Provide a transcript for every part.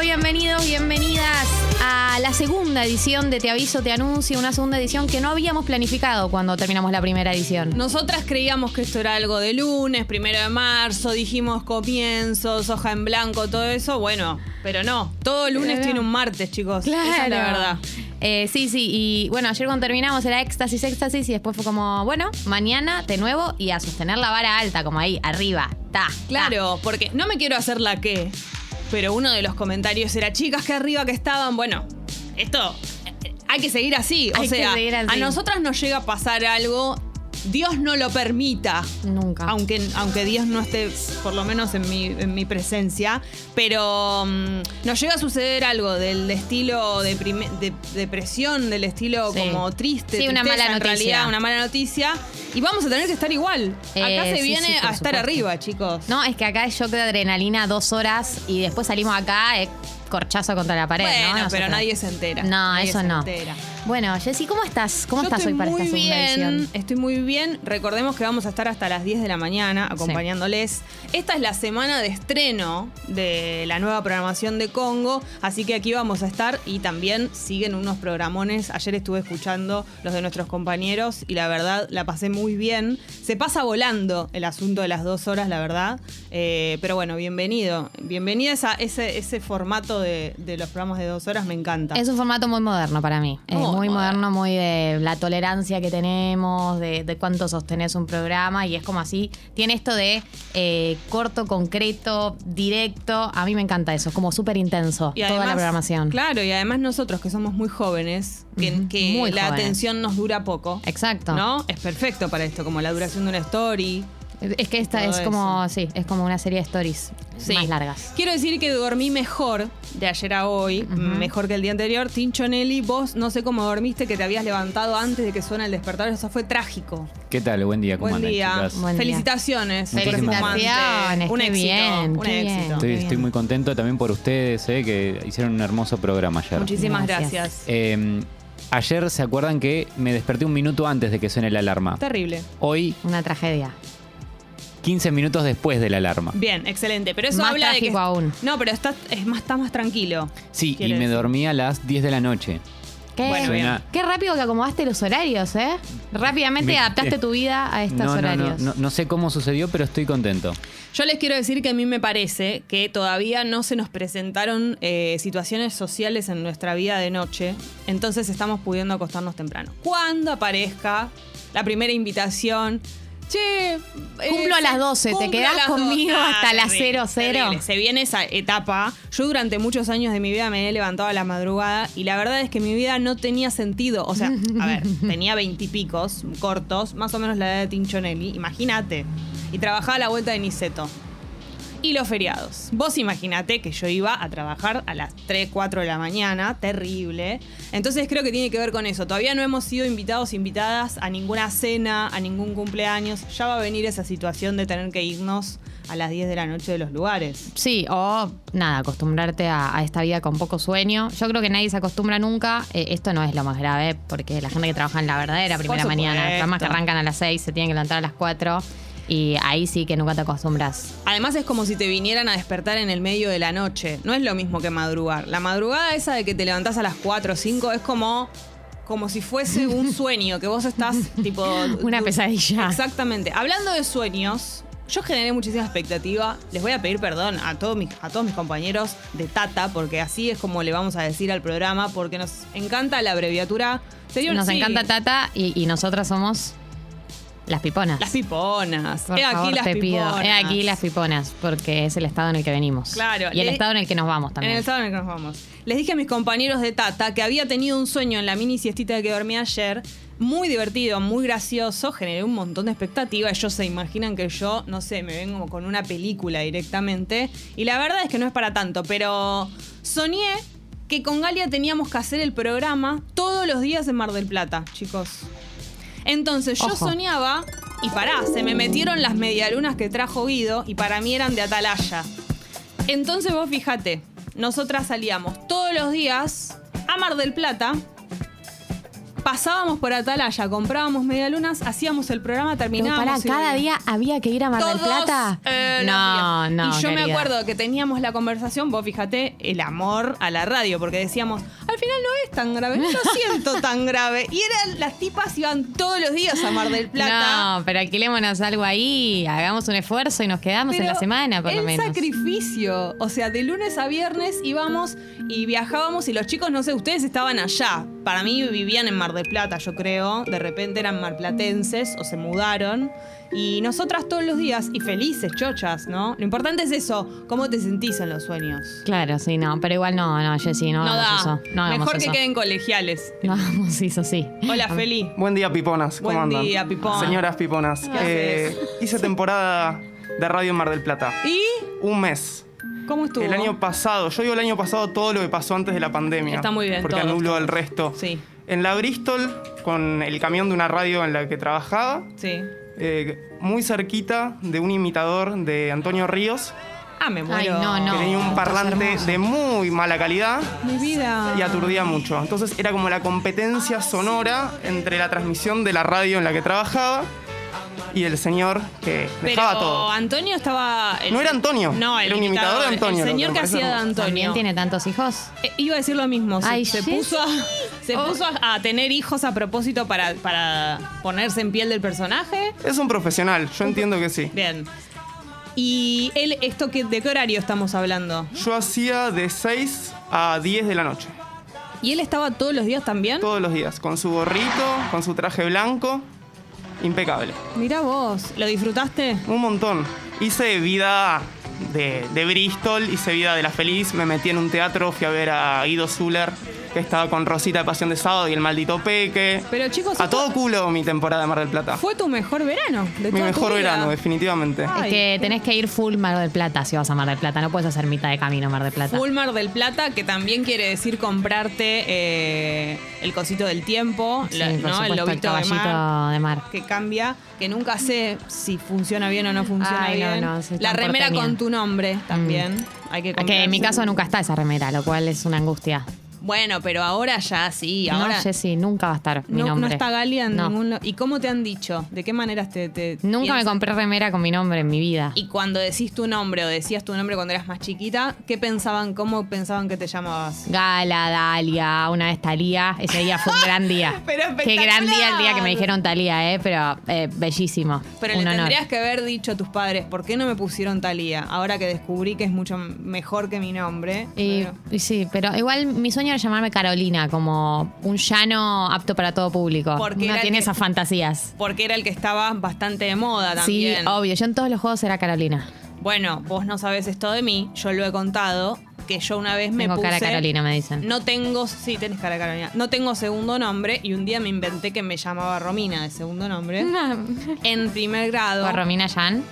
bienvenidos, bienvenidas a la segunda edición de Te Aviso, Te Anuncio, una segunda edición que no habíamos planificado cuando terminamos la primera edición. Nosotras creíamos que esto era algo de lunes, primero de marzo, dijimos comienzos, hoja en blanco, todo eso. Bueno, pero no. Todo lunes Claro. tiene un martes, chicos. Esa es la verdad. Eh, sí, sí, y bueno, ayer cuando terminamos era éxtasis, éxtasis, y después fue como, bueno, mañana de nuevo y a sostener la vara alta, como ahí, arriba, ta. ta. Ah. Claro, porque no me quiero hacer la que, pero uno de los comentarios era, chicas, que arriba que estaban. Bueno, esto eh, hay que seguir así. O Hay que sea, seguir así. a nosotras nos llega a pasar algo, Dios no lo permita. Nunca. Aunque, aunque Dios no esté, por lo menos en mi, en mi presencia, pero mm, nos llega a suceder algo del estilo de prime- de- depresión, del estilo Sí. como triste, Sí, una tristeza, mala en noticia. realidad, una mala noticia, y vamos a tener que estar igual. Eh, Acá se sí, viene sí, a por estar supuesto. arriba, chicos. No, es que acá es shock de adrenalina dos horas y después salimos acá, eh, corchazo contra la pared. Bueno, ¿no? pero Nosotras. nadie se entera. No, Nadie eso se no. entera. Bueno, Jessy, ¿cómo estás? ¿Cómo Yo estás estoy hoy para muy esta segunda bien, edición? Estoy muy bien. Recordemos que vamos a estar hasta las 10 de la mañana acompañándoles. Esta es la semana de estreno de la nueva programación de Congo, así que aquí vamos a estar y también siguen unos programones. Ayer estuve escuchando los de nuestros compañeros y la verdad la pasé muy bien. Se pasa volando el asunto de las dos horas, la verdad. Eh, pero bueno, bienvenido. Bienvenida a ese, ese formato de, de los programas de dos horas, me encanta. Es un formato muy moderno para mí. Eh, Muy muy moderno. moderno, muy de la tolerancia que tenemos, de, de cuánto sostenés un programa. Y es como así. Tiene esto de eh, corto, concreto, directo. A mí me encanta eso. Como súper intenso. Y Toda la además- programación. Claro, y además nosotros que somos muy jóvenes, que, Ujú, que muy la jóvenes. atención nos dura poco. Exacto. ¿No? Es perfecto para esto, como la duración de una story. Es que esta Todo es como, sí, es como una serie de stories Sí. más largas. Quiero decir que dormí mejor de ayer a hoy, Ujú. mejor que el día anterior. Tincho Nelly, vos no sé cómo dormiste, que te habías levantado antes de que suena el despertador. Eso fue trágico. ¿Qué tal? Buen día, ¿cómo Buen andan, día. chicas? Buen día. Felicitaciones. Muchísimas performante. gracias. Un Qué éxito. bien, un qué bien. éxito. Muy Estoy, bien. estoy muy contento también por ustedes, eh, que hicieron un hermoso programa ayer. Muchísimas Gracias. gracias. Eh, ayer se acuerdan que me desperté un minuto antes de que suene la alarma. Terrible. Hoy, Una tragedia. 15 minutos después de la alarma. Bien, excelente. Pero eso Más habla de que. trágico aún. No, pero estás, es más, estás más tranquilo. Sí, y Quiero me decir. dormí a las 10 de la noche. ¿Qué? Bueno, Suena- bien. Qué rápido que acomodaste los horarios, ¿eh? Rápidamente Me- adaptaste tu vida a estos eh. No, no, no, horarios. no, no sé cómo sucedió, pero estoy contento. Yo les quiero decir que a mí me parece que todavía no se nos presentaron eh, situaciones sociales en nuestra vida de noche, entonces estamos pudiendo acostarnos temprano. Cuando aparezca la primera invitación, che, eh, Cumplo a las 12, ¿te cumplo quedás a las Ah, conmigo hasta las terrible, 00? terrible. Se viene esa etapa. Yo durante muchos años de mi vida me he levantado a la madrugada y la verdad es que mi vida no tenía sentido. O sea, a ver, tenía veintipicos cortos, más o menos la edad de Tinchonelli, imagínate. Y trabajaba a la vuelta de Niceto. Y los feriados. Vos imaginate que yo iba a trabajar a las 3, 4 de la mañana, terrible. Entonces creo que tiene que ver con eso. Todavía no hemos sido invitados, invitadas a ninguna cena, a ningún cumpleaños. Ya va a venir esa situación de tener que irnos a las 10 de la noche de los lugares. Sí, o nada, acostumbrarte a, a esta vida con poco sueño. Yo creo que nadie se acostumbra nunca. Eh, esto no es lo más grave, porque la gente que trabaja en la verdadera Por primera supuesto. mañana, los programas que arrancan a las 6, se tienen que levantar a las 4, y ahí sí que nunca te acostumbras. Además es como si te vinieran a despertar en el medio de la noche. No es lo mismo que madrugar. La madrugada esa de que te levantás a las 4 o 5 es como, como si fuese un sueño, que vos estás tipo... Una du- pesadilla. Exactamente. Hablando de sueños, yo generé muchísima expectativa. Les voy a pedir perdón a todos mis, a todos mis compañeros de Tata, porque así es como le vamos a decir al programa, porque nos encanta la abreviatura. Sería un- Nos sí, encanta Tata y, y nosotras somos las piponas. Las piponas. Por He aquí favor, las te pido. piponas. He aquí las piponas, porque es el estado en el que venimos. Claro, Y el le- estado en el que nos vamos también. En el estado en el que nos vamos. Les dije a mis compañeros de Tata que había tenido un sueño en la mini siestita que dormí ayer. Muy divertido, muy gracioso, generé un montón de expectativas. Ellos se imaginan que yo, no sé, me vengo con una película directamente. Y la verdad es que no es para tanto, pero soñé que con Galia teníamos que hacer el programa todos los días en Mar del Plata, chicos. Entonces yo Ojo. soñaba, y pará, se me metieron las medialunas que trajo Guido y para mí eran de Atalaya. Entonces vos fíjate, nosotras salíamos todos los días a Mar del Plata, pasábamos por Atalaya, comprábamos medialunas, hacíamos el programa, Pero terminábamos. para y- cada día había que ir a Mar del Todos, Plata. eh, no, los días. no. Y yo me querida. acuerdo que teníamos la conversación, vos fíjate, el amor a la radio, porque decíamos, al final no es tan grave, no lo siento tan grave. Y eran las tipas iban todos los días a Mar del Plata. No, pero alquilémonos algo ahí, hagamos un esfuerzo y nos quedamos en Pero la semana, por lo el menos. sacrificio. O sea, de lunes a viernes íbamos y viajábamos y los chicos, no sé, ustedes estaban allá. Para mí vivían en Mar del Plata, yo creo. De repente eran marplatenses o se mudaron. Y nosotras todos los días, y felices, chochas, ¿no? Lo importante es eso, cómo te sentís en los sueños. Claro, sí, no, pero igual no, no, Jessy, no, No, hagamos da. eso. No hagamos Mejor eso. que queden colegiales. No hagamos eso, sí. Hola, Feli. Buen día, piponas. ¿Cómo Buen andan? día, pipón. Señoras piponas. ¿Qué Eh, hice temporada de radio en Mar del Plata. ¿Y Un mes. cómo estuvo? El año pasado. Yo digo el año pasado todo lo que pasó antes de la pandemia. Está muy bien, Porque todos, anulo todos. el resto. Sí, En la Bristol, con el camión de una radio en la que trabajaba, sí. eh, muy cerquita de un imitador de Antonio Ríos, Ah, me muero. no, no. que tenía un parlante de muy mala calidad Mi vida. y aturdía mucho. Entonces era como la competencia sonora entre la transmisión de la radio en la que trabajaba y el señor que Pero dejaba todo. Antonio estaba. el- No era Antonio, No, el era un imitador de Antonio, El lo señor que que parece hacía de hermoso. ¿También Antonio. tiene tantos hijos? Eh, iba a decir lo mismo. Se, Ay, se Jessy. puso, a, se Oh. puso a, a tener hijos a propósito para, para ponerse en piel del personaje. Es un profesional, yo entiendo que sí. Bien. ¿Y él, esto que, de qué horario estamos hablando? Yo hacía de 6 a 10 de la noche, ¿Y él estaba todos los días también? todos los días, con su gorrito, con su traje blanco, impecable. Mirá vos, ¿lo disfrutaste? Un montón. Hice vida de, de Bristol, hice vida de La Feliz, me metí en un teatro, fui a ver a Guido Zuller, que estaba con Rosita de Pasión de Sábado y el maldito Peque. Pero chicos, a esto- todo culo mi temporada de Mar del Plata. Fue tu mejor verano. de toda Ah. Mi tu mejor vida. verano, definitivamente. Ay, es que tenés que ir full Mar del Plata si vas a Mar del Plata. No puedes hacer mitad de camino Mar del Plata. Full Mar del Plata, que también quiere decir comprarte eh, el cosito del tiempo, Sí, la- por ¿no? el supuesto, el lobito de caballito mar, de mar. que cambia, que nunca sé si funciona bien o no funciona Ay, no, bien. no, soy la tan remera porteña. con tu nombre también. Hay que Ah, Mm. Que en mi comprarse. caso nunca está esa remera, lo cual es una angustia. Bueno, pero ahora ya sí, ahora. no, Jessy, nunca va a estar mi no- no nombre. está Galia en No. ningún lo- ¿Y cómo te han dicho? ¿De qué maneras te.? te Nunca me piensan? compré remera con mi nombre en mi vida. Y cuando decís tu nombre o decías tu nombre cuando eras más chiquita, ¿qué pensaban? ¿Cómo pensaban que te llamabas? Gala, Dalia, una vez Talía. Ese día fue un gran día. Pero Qué gran día el día que espectacular. me dijeron Talía, ¿eh? Pero eh, bellísimo. Pero un le honor. tendrías que haber dicho a tus padres, ¿por qué no me pusieron Talía? Ahora que descubrí que es mucho mejor que mi nombre. Y, Pero- y sí, pero igual mi sueño era llamarme Carolina, como un llano apto para todo público. Porque Uno era tiene que- esas fantasías. Porque era el que estaba bastante de moda también. Sí, obvio. Yo en todos los juegos era Carolina. Bueno, vos no sabés esto de mí, yo lo he contado, que yo una vez me Tengo puse... cara Carolina, me dicen. No tengo, sí, tenés cara de Carolina. No tengo segundo nombre y un día me inventé que me llamaba Romina de segundo nombre. En primer grado. ¿O ¿Eh? Romina Jan?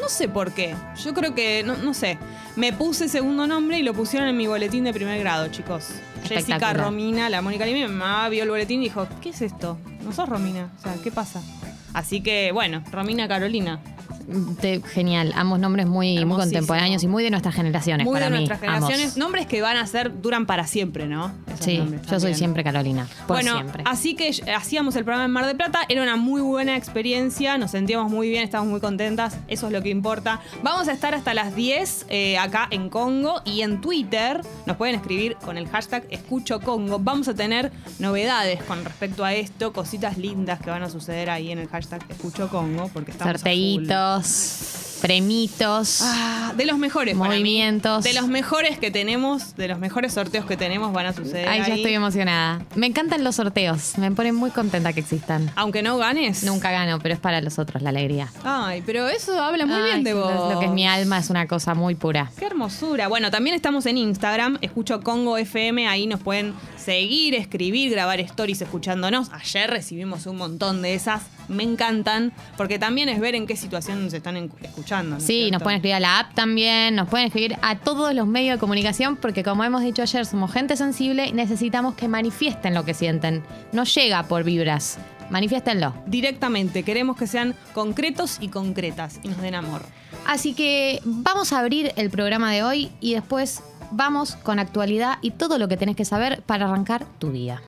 No sé por qué. Yo creo que, no, no sé. Me puse segundo nombre y lo pusieron en mi boletín de primer grado, chicos. Jessica Espectacular. Romina, la Mónica Lima, mi mamá vio el boletín y dijo, ¿qué es esto? No sos Romina. O sea, ¿qué pasa? Así que, bueno, Romina Carolina. Te- genial. Ambos nombres muy, muy Hermosísimo. contemporáneos y muy de nuestras generaciones Muy para de mí. nuestras ambos. generaciones. Nombres que van a ser, duran para siempre, ¿no? Esos Sí, nombres yo soy también. siempre Carolina. Por bueno, siempre. así que hacíamos el programa en Mar de Plata, era una muy buena experiencia, nos sentíamos muy bien, estábamos muy contentas, eso es lo que importa. Vamos a estar hasta las 10 eh, acá en Congo y en Twitter nos pueden escribir con el hashtag Escucho Congo. Vamos a tener novedades con respecto a esto, cositas lindas que van a suceder ahí en el hashtag Escucho Congo, porque estamos a full. Sorteitos, premitos. Ah, de los mejores para mí. Movimientos. de los mejores que tenemos, de los mejores sorteos que tenemos van a suceder. Ay, ya ahí. estoy em- emocionada. Me encantan los sorteos. Me ponen muy contenta que existan. Aunque no ganes. Nunca gano, pero es para los otros la alegría. Ay, pero eso habla muy Ay, bien de sí, vos. Lo que es mi alma es una cosa muy pura. Qué hermosura. Bueno, también estamos en Instagram, escucho Congo FM, ahí nos pueden seguir, escribir, grabar stories escuchándonos. Ayer recibimos un montón de esas, me encantan, porque también es ver en qué situación nos están en- escuchando. ¿no es Sí, nos cierto? pueden escribir a la app también, nos pueden escribir a todos los medios de comunicación, porque como hemos dicho ayer, somos gente sensible y necesitamos que manifiesten lo que sienten. No llega por vibras. Manifiéstenlo. Directamente, queremos que sean concretos y concretas y nos den amor. Así que vamos a abrir el programa de hoy y después vamos con actualidad y todo lo que tenés que saber para arrancar tu día.